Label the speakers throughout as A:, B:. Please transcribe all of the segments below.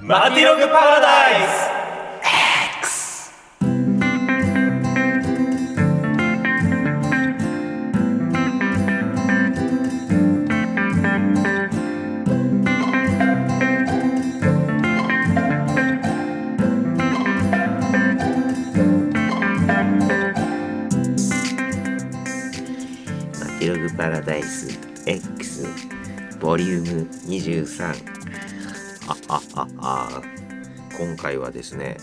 A: マティログパラダイス
B: マティログパラダイス X ボリューム23ああああ今回はですね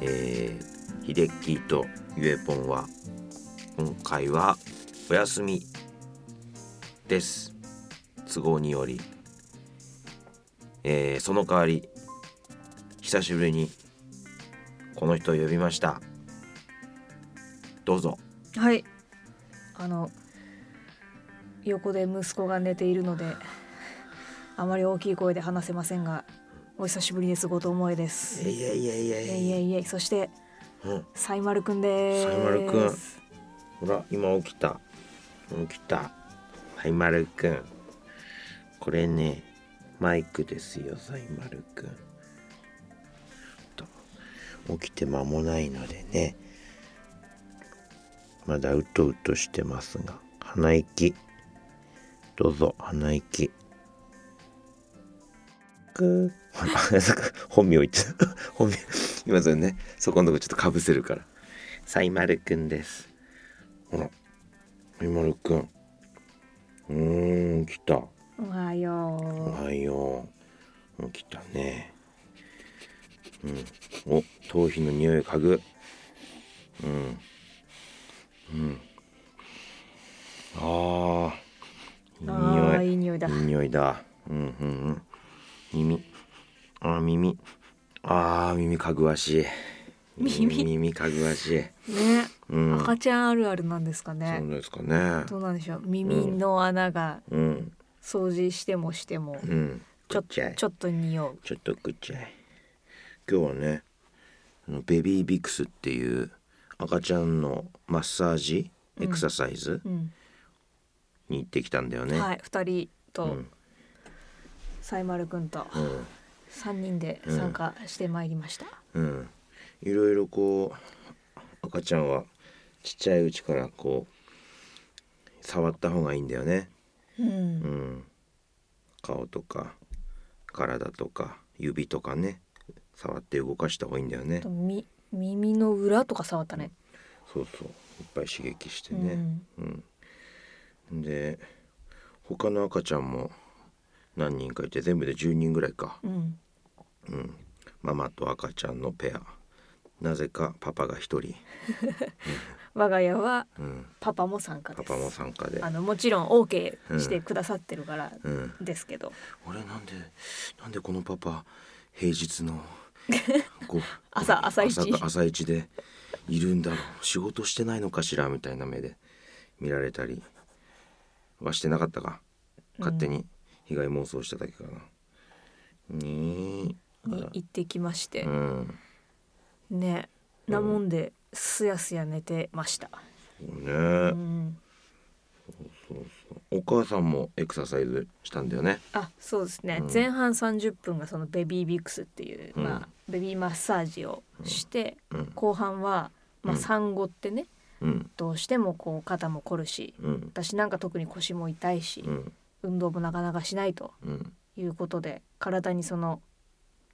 B: えー、ヒデッキーとゆえぽんは今回はお休みです都合によりえー、その代わり久しぶりにこの人を呼びましたどうぞ
C: はいあの横で息子が寝ているのであまり大きい声で話せませんがお久しぶりですごと思いです
B: いやいやいや
C: い
B: い
C: や
B: や
C: いやいやそして
B: うん
C: サイマルくんです
B: サイマルくんほら今起きた起きたはいまるくんこれねマイクですよさいまるくんと起きて間もないのでねまだうとうとしてますが鼻息どうぞ鼻息くー ほら本名言っちゃった本名今それねそこのとこちょっとかぶせるからサイマルくんですほらサイマルくんうーん来た
C: おは
B: お
C: よ
B: はよううん来たねうんお頭皮の匂いを嗅ぐうんうんあ
C: う
B: ー
C: あー
B: いい
C: い
B: 匂い
C: い匂いだ
B: いい匂いだうんうんうん耳あー耳あー耳かぐわしい
C: 耳
B: 耳かぐわしい
C: ね、
B: うん
C: 赤ちゃんあるあるなんですか
B: そ
C: ね
B: うですかね
C: どうなんでしょう耳の穴が
B: うん
C: 掃除してもしても
B: うん
C: ちょ
B: ぐっちゃい
C: ちょっと匂う
B: ちょっとぐっちゃい今日はねあのベビービクスっていう赤ちゃんのマッサージ、エクササイズ
C: うん、
B: に行ってきたんだよね、
C: はい二人と、
B: うん
C: サイマルくんと
B: うん
C: 三人で参加してまいりました、
B: うん、いろいろこう赤ちゃんはちっちゃいうちからこう触った方がいいんだよね、
C: うん
B: うん、顔とか体とか指とかね触って動かした方がいいんだよね
C: み耳の裏とか触ったね。
B: そうそういっぱい刺激してね、うん、で他の赤ちゃんも何人かいて全部で10人ぐらいか、
C: うん。
B: うん、ママと赤ちゃんのペアなぜかパパが1人、
C: 我が家は
B: うん、
C: パパも参加
B: パ
C: です。
B: パも参加で
C: あのもちろん OK してくださってるから
B: うん
C: ですけど、
B: 俺なんでなんでこのパパ平日 のこう
C: 朝朝一
B: 朝朝一でいるんだろう仕事してないのかしらみたいな目で見られたりはしてなかったか勝手に被害妄想しただけかな。ね
C: に行ってきまして
B: え、うん
C: ねなもんですやすや寝てました。
B: そう
C: う
B: ね
C: ん。
B: お母さんもエクササイズしたんだよね。
C: あそうですね、
B: うん
C: 前半30分がそのベビービクスっていう、
B: うん
C: まあ、ベビーマッサージをして、
B: うん
C: 後半は、まあ、
B: うん
C: 産後ってね
B: うん
C: どうしてもこう肩も凝るし
B: うん
C: 私なんか特に腰も痛いし、
B: うん
C: 運動もなかなかしないと
B: うん
C: いうことで体にその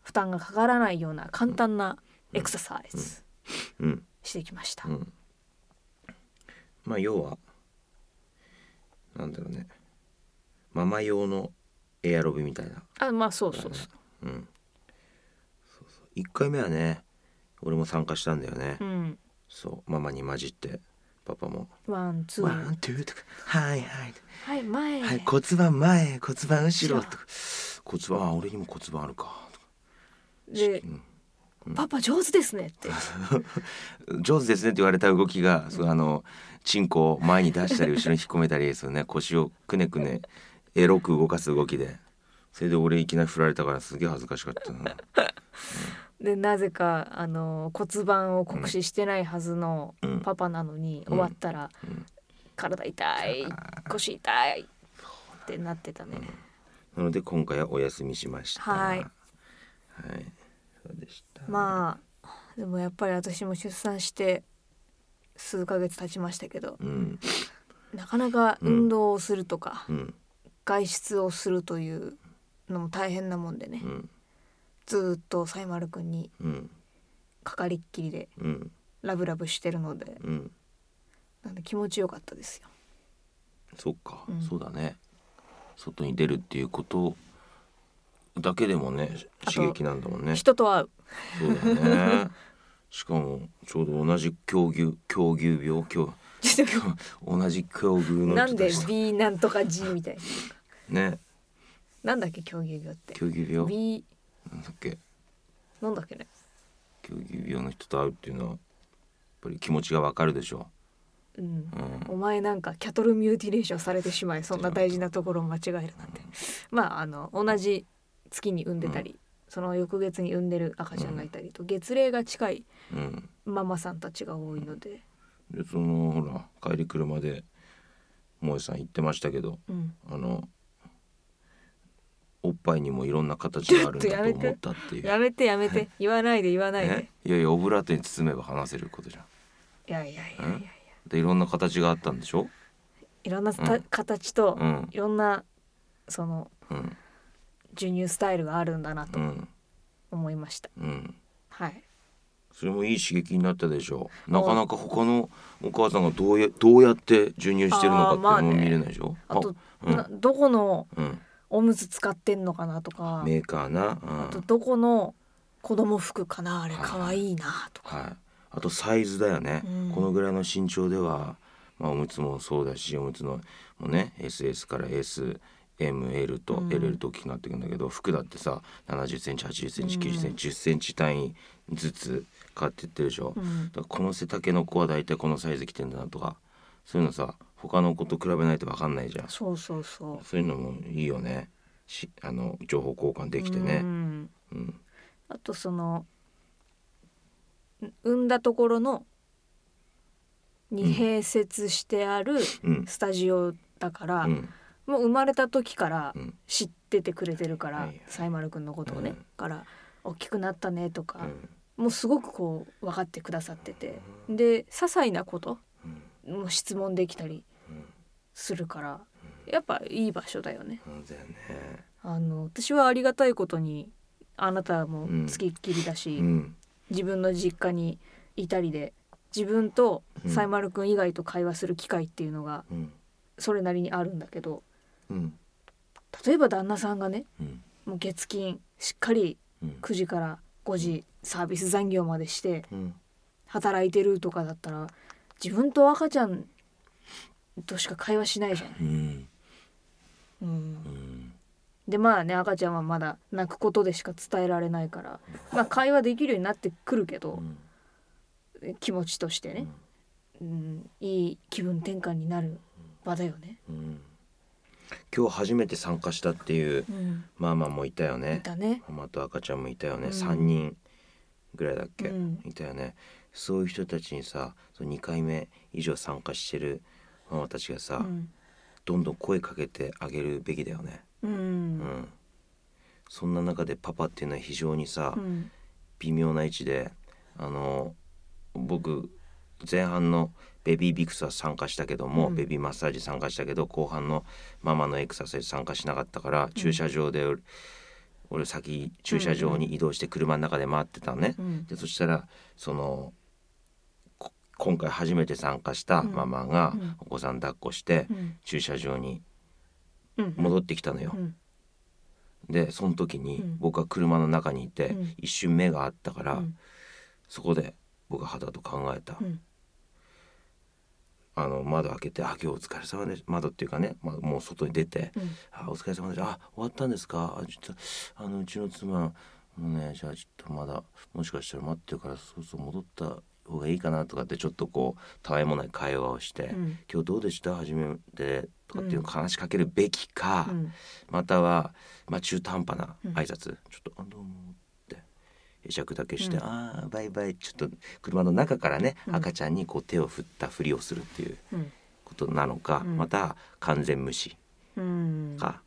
C: 負担がかからないような簡単なエクササイズ
B: うん
C: してきました、
B: うん。まあ要はなんだろうねママ用のエアロビみたいな。
C: あまあそうそうそ
B: うん。そうそう一回目はね俺も参加したんだよね。
C: ううん
B: そうママに混じってパパも
C: ワン
B: 「
C: ツ
B: ワ
C: ー
B: ンツー」とか「はいはい」
C: はい前、
B: はい、骨盤前骨盤後ろ
C: 後ろ
B: とか骨盤あ俺にも骨盤あるかとか
C: で、パパ上手ですね」って
B: 上手ですねって言われた動きが、そうあのチンコを前に出 したり後ろに引っ込めたりですよね腰をくねくねエロく動かす動きでそれで俺いきなり振られたからすげえ恥ずかしかったな
C: でなぜかあの骨盤を酷使してないはずの
B: うん
C: パパなのに、
B: ん
C: 終わったら、
B: ん
C: 体痛い腰痛いってなってたね、
B: なので今回はお休みしました
C: はい
B: はいそうでした
C: まあでもやっぱり私も出産して数ヶ月経ちましたけど
B: うん
C: なかなか運動をするとか、
B: うん
C: 外出をするというのも大変なもんでね、
B: うん
C: ずーっとサイマルくんに
B: うん
C: かかりっきりで
B: うん
C: ラブラブしてるので
B: うん
C: なんで気持ちよかったですよ
B: そっか、
C: うん
B: そうだね外に出るっていうことだけでもね
C: あと
B: 刺激なんだもんね
C: 人と会う
B: そうだねしかもちょうど同じ狂牛狂牛病狂
C: ちょっ と
B: 同じ狂牛の
C: なんで
B: 人たち
C: B なんとか G みたいな
B: ね
C: なんだっけ狂牛病って
B: 狂牛病
C: B
B: なんだっけ
C: なんだっけね
B: 狂牛病の人と会うっていうのはやっぱり気持ちがわかるでしょ
C: うん
B: う、うん、
C: お前なんかキャトルミューティレーションされてしまいそんな大事なところを間違えるなんてまああの同じ月に産んでたり、その翌月に産んでる赤ちゃんがいたりと月齢が近い
B: うん、
C: ママさんたちが多いので、
B: でそのほら帰り車で萌えさん言ってましたけど
C: うん、
B: あのおっぱいにもいろんな形があるんだ
C: ち
B: と
C: ょっとやめて
B: 思ったっていう
C: やめてやめ て言わないで言わないで
B: えいやいやオブラートに包めば話せることじゃん
C: いやいやいやいやいや
B: でいろんな形があったんでしょ
C: いろんなた、
B: うん
C: 形と
B: うん
C: いろんなその
B: うん
C: 授乳スタイルがあるんだなと
B: うん
C: 思いました、
B: うん
C: はい
B: それもいい刺激になったでしょなかなか他のお母さんがどうやどうやって授乳してるのかっていうのも見れないでしょ
C: あと、
B: うん
C: などこの
B: うん、
C: おむつ使ってんのかなとか
B: メーカーな、うん
C: あとどこの子供服かなあれ可愛いなとか、
B: はい、あとサイズだよね、
C: うん
B: このぐらいの身長では、まあ、おむつもそうだしおむつのもね SS から SML と
C: うん
B: LL と大きくなっていくんだけど、服だってさ7 0センチ8 0センチ9 0センチ1 0センチ単位ずつ買ってってるでしょ、
C: う
B: だか
C: ん、
B: らこの背丈の子は大体このサイズ着てんだなとかそういうのさ他の子と比べないと分かんないじゃん
C: そうそうそう
B: そういうのもいいよねしあの情報交換できて
C: う
B: ね。
C: ん
B: うん
C: あとそのん産んだところのに併設してある
B: うん
C: スタジオだから、
B: うん
C: もう生まれた時から
B: うん
C: 知っててくれてるから、
B: はいはい
C: サイマルくんのことをね、
B: うん
C: から大きくなったねとか、
B: うん
C: もうすごくこう分かってくださっててで些細なこと
B: うん
C: も質問できたり
B: うん
C: するからやっぱいい場所だよね。
B: そうだよね。
C: あの私はありがたいことにあなたも付きっきりだし、
B: うん。
C: 自分の実家にいたりで自分と
B: うん
C: サイマルくん以外と会話する機会っていうのが
B: うん。
C: それなりにあるんだけど
B: うん。
C: 例えば旦那さんがね
B: うん。
C: もう月金しっかり
B: うん。
C: 9時から5時サービス残業までして
B: うん。
C: 働いてるとかだったら自分と赤ちゃんとしか会話しないじゃない。
B: うん。
C: う
B: う
C: ん
B: ん。
C: でまあね赤ちゃんはまだ泣くことでしか伝えられないから、まあ、会話できるようになってくるけど、気持ちとしてね、うん、いい気分転換になる場だよね。
B: うん。今日初めて参加したっていう
C: うん、
B: ママもいたよね。
C: だね。
B: ママと赤ちゃんもいたよ
C: う
B: ね。
C: ん
B: 三、人ぐらいだっけ、
C: うん
B: いたよね。そういう人たちにさ、その二回目以上参加してるママたちがさ、
C: うん、
B: どんどん声かけてあげるべきだよね。
C: う、
B: うんん。そんな中でパパっていうのは非常にさ、
C: うん、
B: 微妙な位置であの僕前半のベビービクサー参加したけども、
C: うん
B: ベビーマッサージ参加したけど後半のママのエクササイズ参加しなかったから駐車場で、俺俺先駐車場に移動して車の中で待ってたのね。
C: うん、
B: でそしたらそのこ今回初めて参加した
C: うん
B: ママが
C: うん
B: お子さん抱っこして
C: うん、
B: 駐車場に
C: うん、
B: 戻ってきたのよ
C: う。ん、
B: でその時に
C: うん
B: 僕は車の中にいて
C: うん
B: 一瞬目があったから、
C: うん
B: そこで僕は肌と考えた、
C: うん、
B: あの窓開けて「あ今日お疲れ様です」窓っていうかね、まあ、もう外に出て
C: うん
B: 「あお疲れ様です」「あ終わったんですかあちょっとあのうちの妻もうねじゃあちょっとまだもしかしたら待ってるからそうそう戻った方がいいかな」とかってちょっとこうたわいもない会話をして「
C: うん
B: 今日どうでした初めて」とかっていうのを話しかけるべきか、または、まあ、中途半端な挨拶、ちょっと「あどうも」って会釈だけして「
C: うん
B: ああバイバイ」ちょっと車の中からね、
C: うん
B: 赤ちゃんにこう手を振ったふりをするっていう
C: うん、
B: ことなのか、
C: うん
B: また完全無視
C: うん、
B: か、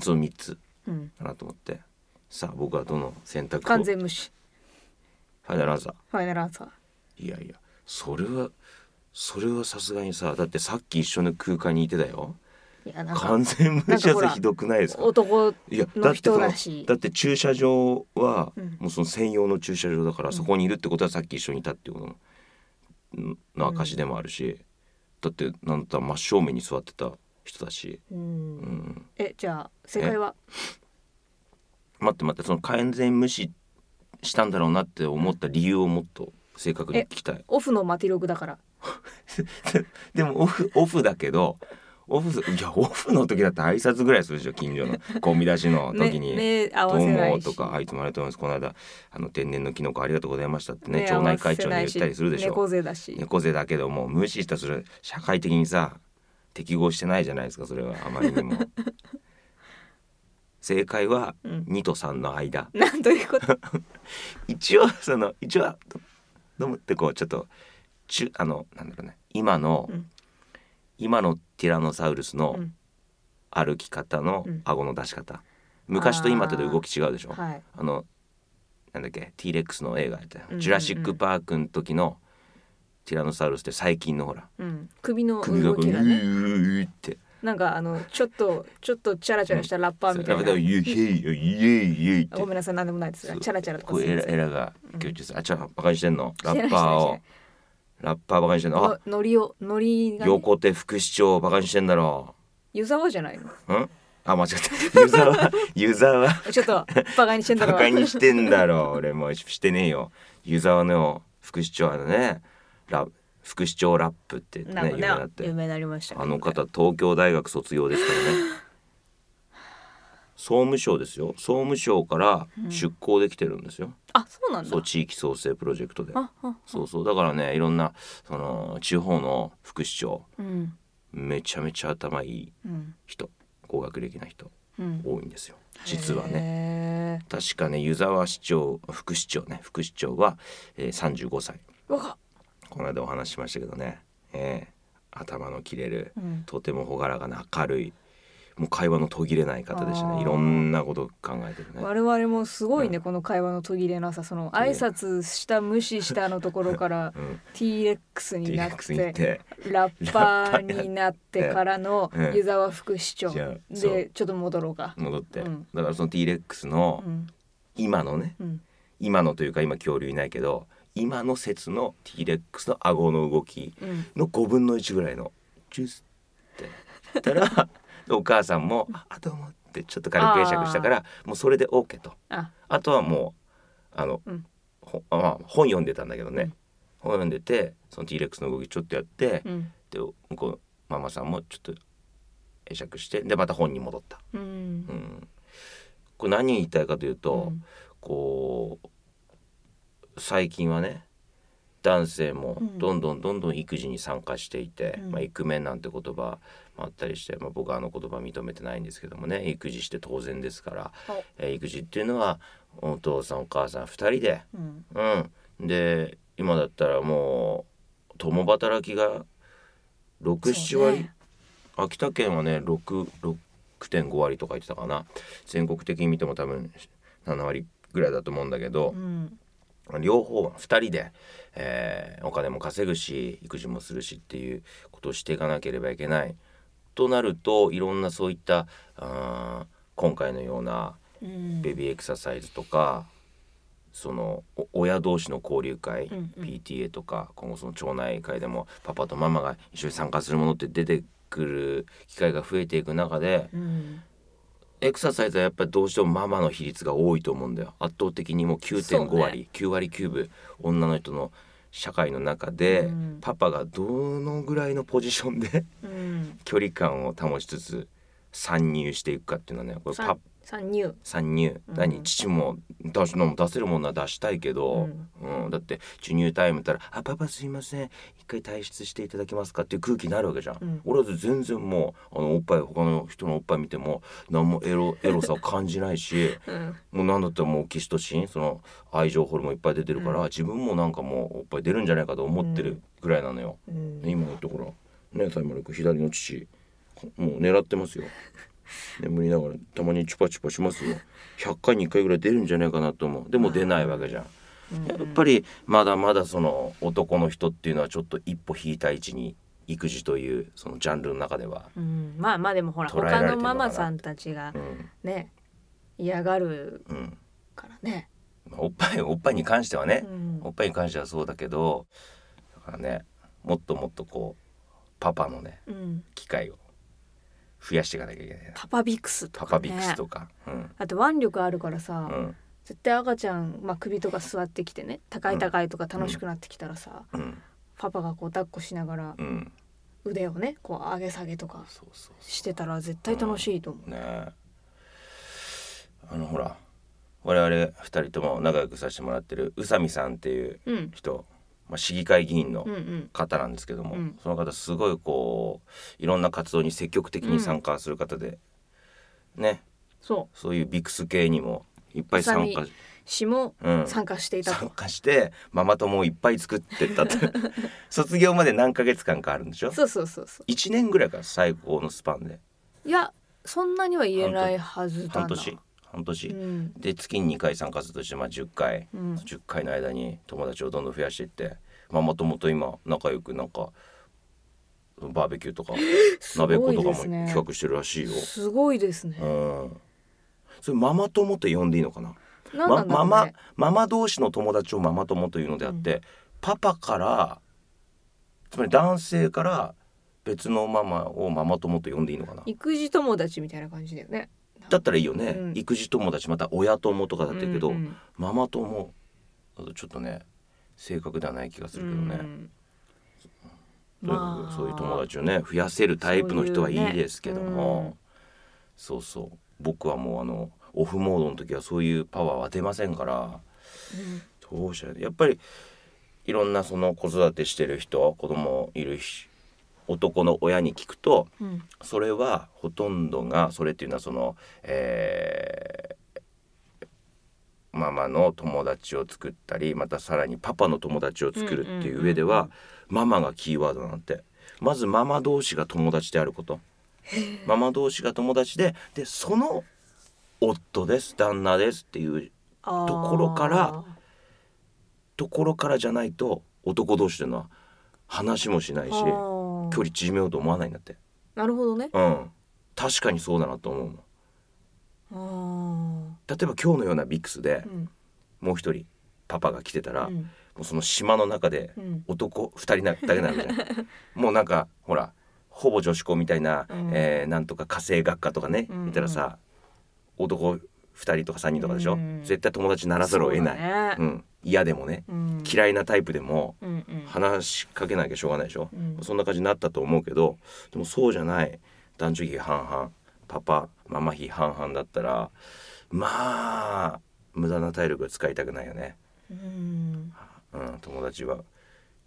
B: その3つ
C: うん、
B: かなと思ってさあ僕はどの選択を
C: 完全無視
B: ファイナルアンサー
C: ファイナルアンサー
B: いやいやそれはそれはさすがにさだってさっき一緒の空間にいてだよ
C: いやなんか
B: 完全無視
C: なんかほ
B: は
C: ら
B: ひどくないですか
C: 男
B: いやだ
C: の
B: ってそ
C: 人
B: の
C: だし
B: だって駐車場は
C: うん
B: もうその専用の駐車場だから、そこにいるってことはさっき一緒にいたっていうことのの証でもあるし、だってなんたら真正面に座ってた人だし、
C: う
B: うんん、
C: えじゃあ正解は
B: 待って待ってその完全無視したんだろうなって思った理由をもっと正確に聞きたい
C: オフのマティログだから
B: でもオフオフだけどオフいやオフの時だって挨拶ぐらいするでしょ近所のゴミ出しの時に。
C: 目目合
B: ど
C: わ
B: う
C: せな
B: も
C: いし
B: とか、あいつもありがとうございます。この間、あの天然のキノコありがとうございましたってね、町内会長に言ったりするでし
C: 合わ
B: ょ。
C: せないし猫
B: 猫背だけども、無視したする、社会的にさ、適合してないじゃないですか、それは、あまりにも。 正解は、
C: うん
B: 2と3の間。
C: 背だしなんということ
B: 一応、その、一応、どどうもってこう、ちょっと、ちゅあの、なんだろうね、今の、
C: うん
B: 今のティラノサウルスの
C: うん
B: 歩き方の
C: うん
B: 顎の出し方。昔と今とで動き違うでしょ。
C: はい
B: あのなんだっけ T レックスの映画やったよ
C: うんうんうん
B: ジュラシック・パークの時のティラノサウルスって最近のほら
C: うん首の
B: 首が
C: 動
B: こう
C: き
B: う
C: がね
B: ーって
C: なんかあのちょっとちょっとチャラチャラしたラッパーみた
B: ラブ
C: いな
B: ダイユーヘイユーイエイって
C: ごめんなさい何でもないです
B: そう
C: チャラチャラとか
B: こう
C: す
B: エ
C: るん
B: ラ
C: です
B: エラが強調するあちゃバカにしてんの
C: し
B: ラ
C: てない
B: ッパー
C: してない
B: をラッパーバカにしてんのあ
C: のノリをノリがね
B: 横手副市長をバカにしてんだろ
C: 湯沢じゃないの
B: うんあ間違った湯沢湯沢
C: ちょっとバカにしてんだ
B: バ
C: ろ
B: カにしてんだろ俺もうしてねえよ湯沢の副市長のねラ副市長ラップって言って
C: な
B: ね
C: んか
B: 有名だっ
C: ね
B: て
C: 有名になりましたけど
B: あの方東京大学卒業です からね総務省ですよ総務省から出向できてるんですよ、
C: あそうなんだ
B: そう地域創生プロジェクトで
C: ああ
B: そうそうだからねいろんなその地方の副市長
C: うん
B: めちゃめちゃ頭いい
C: うん
B: 人高学歴な人
C: うん
B: 多いんですよ実はね
C: ね
B: 確かね湯沢市長副市長ね副市長は、えー、35歳
C: 若っ
B: この間お話ししましたけどね、えー頭の切れる、
C: うん
B: とても朗らかな明るいもう会話の途切れない方でした
C: あ
B: ね
C: ー
B: いろんなことを考えてるね
C: 我々もすごいね、
B: う
C: この会話の途切れなさその挨拶した無視したのところから、
B: うん
C: T-Rex になっ
B: DX 行ってて
C: ラッパーになってからの
B: うん
C: 湯沢副市長
B: じゃあそう
C: でちょっと戻ろうか。
B: 戻って、
C: うん
B: だからその T-REX の
C: うん
B: 今のね
C: うん
B: 今のというか今恐竜いないけど今の説の T-REX の顎の動き
C: うん
B: の5分の1ぐらいのジュースって言った らお母さんも「あどうも」ってちょっと軽く会釈したからもうそれで OK と
C: あ
B: あとはもうあの、
C: うん
B: ほあまあ、本読んでたんだけどね、本読んでてその T レックスの動きちょっとやって、
C: うん
B: で向こうママさんもちょっと会釈してでまた本に戻った。
C: うん
B: うん、これ何言いたいかというと、
C: うん
B: こう最近はね男性も
C: うん
B: どんどんどんどん育児に参加していて、
C: うん
B: まあ、イクメンなんて言葉もあったりして、まあ、僕はあの言葉認めてないんですけどもね育児して当然ですから、
C: はい
B: えー育児っていうのはお父さんお母さん2人で、
C: うん
B: うん、で今だったらもう共働きが67
C: そう
B: 割、
C: ね
B: 秋田県はね6 6.5割とか言ってたかな全国的に見ても多分7割ぐらいだと思うんだけど
C: う、ん
B: 両方は2人で、えーお金も稼ぐし育児もするしっていうことをしていかなければいけないとなるといろんなそういったあー今回のような
C: うん
B: ベビーエクササイズとか、そのお親同士の交流会、
C: うんうん
B: PTA とか今後その町内会でもパパとママが一緒に参加するものって出てくる機会が増えていく中で
C: うん
B: エクササイズはやっぱりどうしてもママの比率が多いと思うんだよ圧倒的にもう9.5割、9割9分女の人の社会の中で、
C: うん
B: パパがどのぐらいのポジションで
C: うん
B: 距離感を保ちつつ参入していくかっていうのはねこれパ
C: さ参入
B: 参入
C: うん
B: 何、父も出すのも出せるものは出したいけど、うんだって授乳タイムったら「あパパすいません一回退出していただけますか」っていう空気になるわけじゃん、
C: うん
B: 俺は全然もうあのおっぱい他の人のおっぱい見ても何もエロ エロさを感じないし
C: うん
B: もう何だったらもうオキシトシンその愛情ホルモンいっぱい出てるから、
C: うん
B: 自分もなんかもうおっぱい出るんじゃないかと思ってるぐらいなのよ、
C: うん
B: 今のところねタイマル君左の父もう狙ってますよ眠りながらたまにチュパチュパしますよ100回に1回ぐらい出るんじゃないかなと思うでも出ないわけじゃんやっぱりまだまだその男の人っていうのはちょっと一歩引いた位置に育児というそのジャンルの中では、
C: うん、まあまあでもほら
B: 捉えられて
C: 他
B: るのかな
C: のママさんたちが
B: うん
C: ね嫌がる
B: うん
C: からね、
B: まあおっぱいおっぱいに関してはね
C: う、ん
B: おっぱいに関してはそうだけどだからねもっともっとこうパパのね
C: うん、
B: 機会を増やしていかなきゃいけないな
C: パパビクスと
B: パ
C: か、ね、
B: パビックスとか、うん
C: あと腕力あるからさ、
B: うん
C: 絶対赤ちゃん、まあ、首とか座ってきてね高い高いとか楽しくなってきたらさ、
B: うん
C: パパがこう抱っこしながら
B: うん
C: 腕をねこう上げ下げとか
B: そうそうそう
C: してたら絶対楽しいと思う、
B: ねえあのほら我々2人とも仲良くさせてもらってる宇佐美さんっていう
C: うん、
B: 人、まあ、市議会議員の
C: うんうん
B: 方なんですけども、
C: うん
B: その方すごいこういろんな活動に積極的に参加する方で、ね
C: そ
B: そういうビクス系にもいっぱい参加
C: 宇佐う詩も
B: うん
C: 参加していた
B: 参
C: と、
B: 加してママ友をいっぱい作ってったって 卒業まで何ヶ月間かあるんでしょ
C: そうそうそうそう
B: 1年ぐらいから最高のスパンで
C: いやそんなには言えないはずだな
B: 半年半年、
C: うん
B: で月に2回参加するとして、まあ、10回、
C: うん
B: 10回の間に友達をどんどん増やしていって、まあ、もともと今仲良くなんかバーベキューとか
C: ご
B: 鍋っ
C: い
B: こ
C: ですね
B: とかも企画してるらしいよ。
C: すごいですね
B: うん、それママ友って呼んでいいのかな
C: 何な
B: ま
C: んだろ
B: マ
C: うね、
B: マママ同士の友達をママ友というのであって、パパからつまり男性から別のママをママ友と呼んでいいのかな
C: 育児友達みたいな感じだよね
B: だったらいいよね、
C: うん
B: 育児友達また親友とかだったらいいけど、
C: うんうん
B: ママ友だとちょっとね正確ではない気がするけどね、
C: うん
B: とにかくそういう友達をね増やせるタイプの人はいいですけどもそう,、そう僕はもうあのオフモードの時はそういうパワーは出ませんからどうしたらやっぱりいろんなその子育てしてる人子供いる人男の親に聞くと
C: うんうん
B: それはほとんどがそれっていうのはその、えーママの友達を作ったりまたさらにパパの友達を作るっていう上では、ママがキーワードなんてまずママ同士が友達であることママ同士が友達ででその夫です旦那ですっていう
C: あー
B: ところからところからじゃないと男同士というのは話もしないし
C: あ
B: 距
C: ー
B: 離縮めようと思わないんだって。
C: なるほどね
B: うん、確かにそうだなと思うもん
C: あー
B: 例えば今日のようなビックスで
C: うん
B: もう一人パパが来てたら、
C: う
B: も
C: ん
B: うその島の中で
C: うん
B: 男二人だけなわけ じゃんもうなんかほらほぼ女子校みたいな、
C: うん
B: えーなんとか家政学科とかね、
C: うんうん
B: いたらさ男二人とか三人とかでしょ、
C: うん
B: 絶対友達にならざるを得ない、
C: そうだね
B: うん、嫌でもね、
C: うん
B: 嫌いなタイプでも
C: うんうん
B: 話しかけなきゃしょうがないでしょ、
C: うん
B: そんな感じになったと思うけどでもそうじゃない男女比半々パパママ比半々だったらまあ無駄な体力を使いたくないよね、
C: うん
B: うん、友達は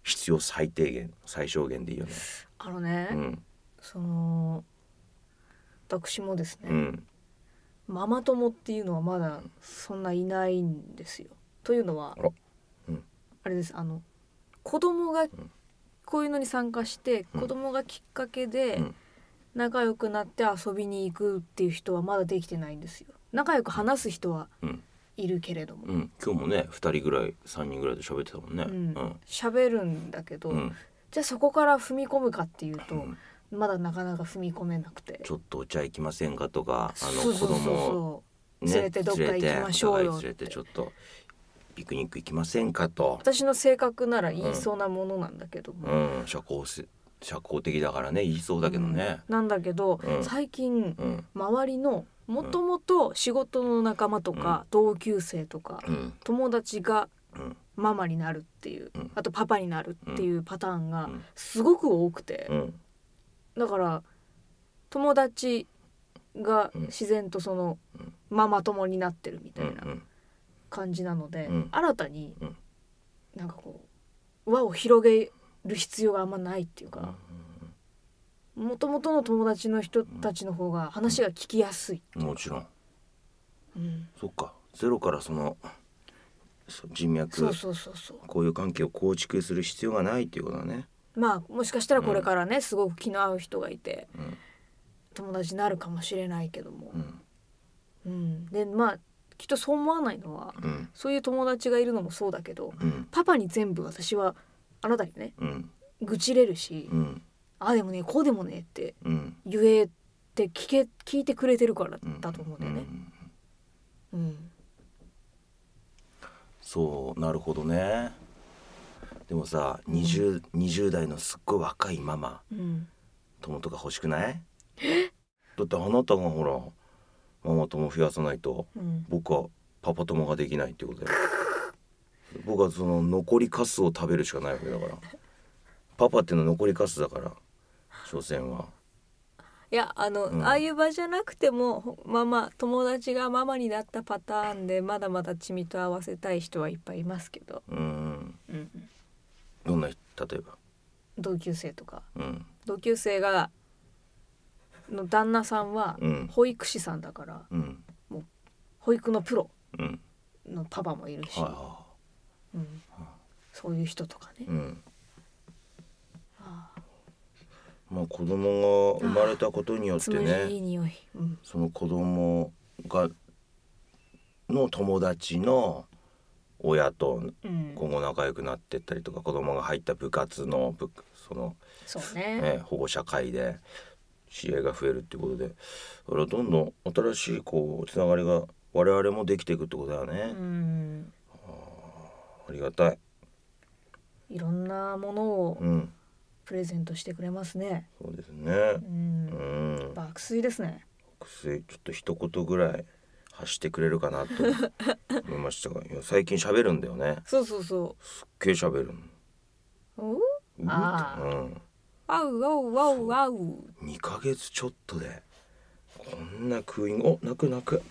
B: 必要最低限最小限でいいよね
C: あのね、
B: うん
C: その私もですね、
B: うん
C: ママ友っていうのはまだそんないないんですよ。というのは
B: あらうん
C: あれですあの子供が
B: ん
C: こういうのに参加して、
B: うん
C: 子供がきっかけで
B: うん
C: 仲良くなって遊びに行くっていう人はまだできてないんですよ。仲良く話す人は
B: うん
C: いるけれども
B: うん今日もね2人ぐらい3人ぐらいで喋ってたもんねう
C: う
B: んん
C: 喋、るんだけど、
B: うん
C: じゃあそこから踏み込むかっていうと、
B: うん
C: まだなかなか踏み込めなくて。
B: ちょっとお茶行きませんかとかあ
C: そ
B: の
C: う
B: 子
C: そうそう
B: 供を
C: そう連れてどっか行きましょうよって
B: 連れてお互い連れてちょっとピクニック行きませんかと、
C: 私の性格なら言いそうなものなんだけども、
B: うん、社交せ社交的だからね言いそうだけどね、
C: なんだけど、
B: うん
C: 最近
B: うん
C: 周りのもともと仕事の仲間とか、同級生とか、
B: うん
C: 友達が
B: うん
C: ママになるっていう、
B: うん
C: あとパパになるっていうパターンが
B: うん
C: すごく多くて
B: う、ん
C: だから友達が
B: うん
C: 自然とその、
B: うん
C: ママ友になってるみ
B: う
C: たいなん感じなので、
B: うん
C: 新たに
B: うん
C: なんかこう輪を広げる必要があんまないっていうかもともとの友達の人たちの方が話が聞きやすい、
B: うんもちろん
C: うん、
B: そっかゼロからそのそ人脈
C: そうそうそうそう
B: こういう関係を構築する必要がないっていうことだね、
C: まあもしかしたらこれからね、すごく気の合う人がいて
B: うん
C: 友達になるかもしれないけども
B: う、ん
C: うん、でまあきっとそう思わないのは
B: うん
C: そういう友達がいるのもそうだけど
B: うん
C: パパに全部私はあなたにね
B: うん
C: 愚痴れるし、
B: うん
C: ああでもねこうでもねって
B: うん
C: 言えって聞け聞いてくれてるから
B: うん
C: だと思うんだよね。
B: ん
C: うん、
B: そうなるほどねでもさ 20, 20代のすっごい若いママ
C: うん、
B: 友とか欲しくないだってあなたがほらママ友増やさないと
C: うん、
B: 僕はパパ友ができないってことだよ僕はその残りカスを食べるしかないわけだからパパっていうのは残りカスだから所詮はい
C: やあの、
B: うん
C: ああいう場じゃなくてもほママ友達がママになったパターンでまだまだちみと合わせたい人はいっぱいいますけど、
B: うん
C: うん、
B: どんな人例えば
C: 同級生とか
B: うん
C: 同級生がの旦那さんは
B: うん
C: 保育士さんだから
B: うん
C: 保育のプロ
B: うん
C: のパパもいるし、
B: はいは
C: うん、そういう人とかね
B: い、うん
C: ああ
B: まあ子供が生まれたことによって
C: つむじい
B: ね
C: い匂い、うん
B: その子供がの友達の親と
C: うん、
B: 今後仲良くなってったりとか子供が入った部活の部その
C: そうね
B: ね、保護者会で知り合いが増えるっていうことでだからどんどん新しいこうつながりが我々もできていくってことだよね
C: う、ん
B: ありがたい
C: いろんなものを
B: うん
C: プレゼントしてくれますね、
B: そうですね
C: う、
B: うんん
C: 爆睡ですね
B: 薬ちょっと一言ぐらい発してくれるかなと思いましたがいや最近喋るんだよね
C: そうそうそ
B: すっげえ喋るの
C: うおう
B: うー
C: あ
B: っ
C: ー
B: てうん
C: あうあうあうあう
B: 2ヶ月ちょっとでこんなクーイングお泣く泣く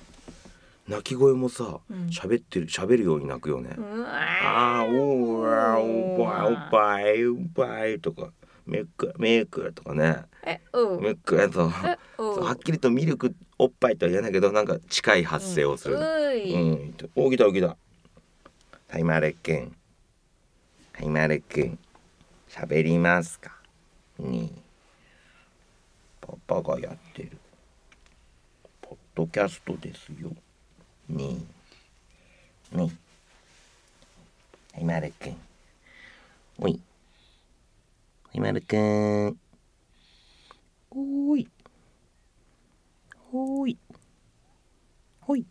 B: 泣き声もさ
C: うん
B: 喋、ってる喋るように泣くよね、
C: うん
B: あーおーあーおっぱいおっぱいおっぱいとかミルクミルクとかね
C: えうん
B: ミルクえっと
C: え
B: そうは
C: う
B: っきりとミルクおっぱいとは言わないけどなんか近い発声をする、
C: う
B: うん
C: い、
B: お来た起きたはいまるくんはいまるくん喋りますかにパパがやってるポッドキャストですよににはいまるくんおいはいまるくんおーいおーいおい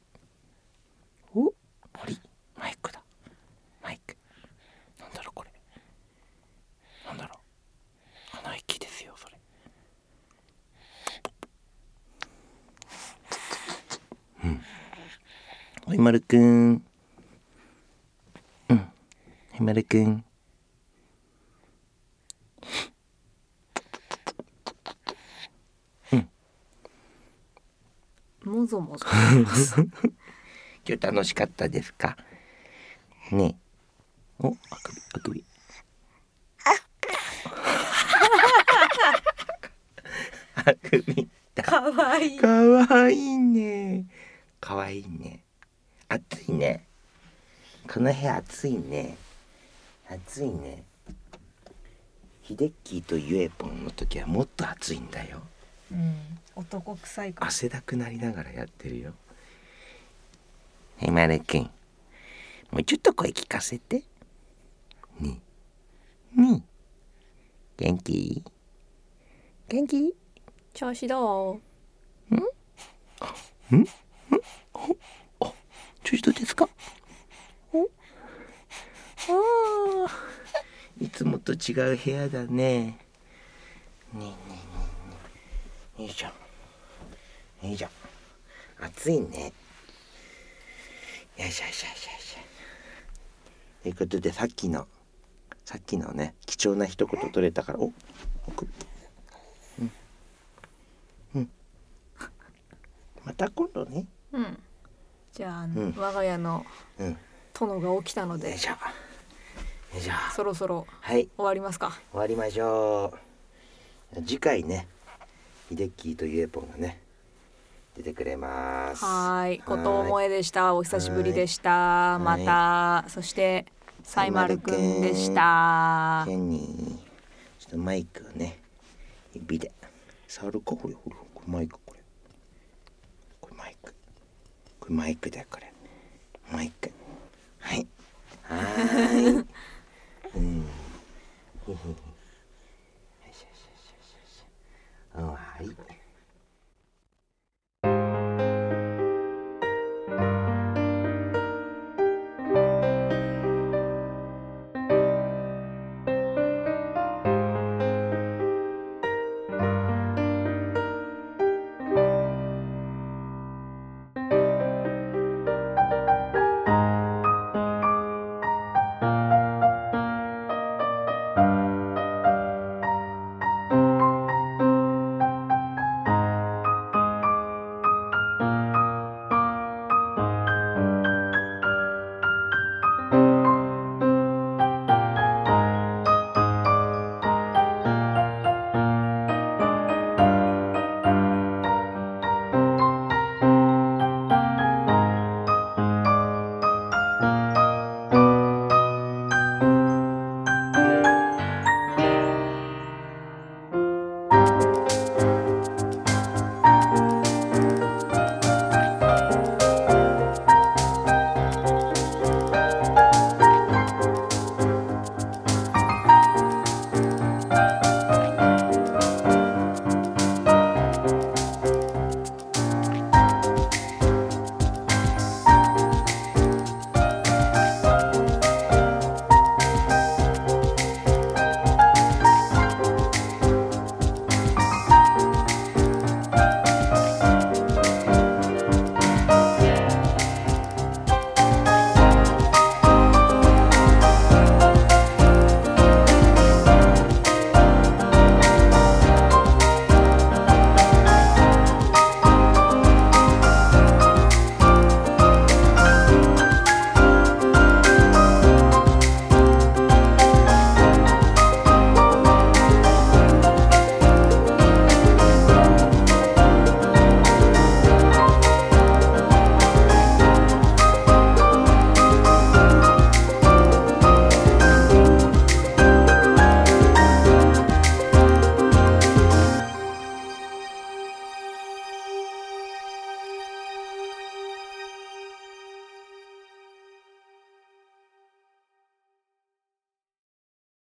B: おあれマイクだマイクなんだろうこれなんだろう鼻息ですよそれうんはいまるくんうんはいまるくん
C: もぞもぞ
B: 今日楽しかったですかねえおあくびあくび あくび
C: かわいい
B: かわいいねかわいいね暑いねこの部屋暑いね暑いねヒデッキーとユエポンの時はもっと暑いんだよ
C: うん、男臭いから
B: 汗だくなりながらやってるよはいまるくんもうちょっと声聞かせてにに元気元気
C: 調子どう
B: 調子どうですかおあーいつもと違う部屋だねねえねえねえねえいいじゃんいいじゃん暑いねよいしょよいしょよいしょよいしょということでさっきのさっきのね貴重な一言取れたからお奥うんうんまた今度ね
C: うんじゃあ、あの
B: うん
C: 我が家の
B: うんよ
C: 殿が起きたので
B: いしょよいしょ
C: そろそろ
B: はい
C: 終わりますか
B: 終わりましょう次回ねヒデッキーとユエポンがね出てくれます
C: はーいこと思えでしたお久しぶりでした
B: い
C: またそしてさいまるくんでした
B: ケニーちょっとマイクをね指で触るかほれほれほれマイクこれこれマイクこれマイクだよこれマイクはいはーいうん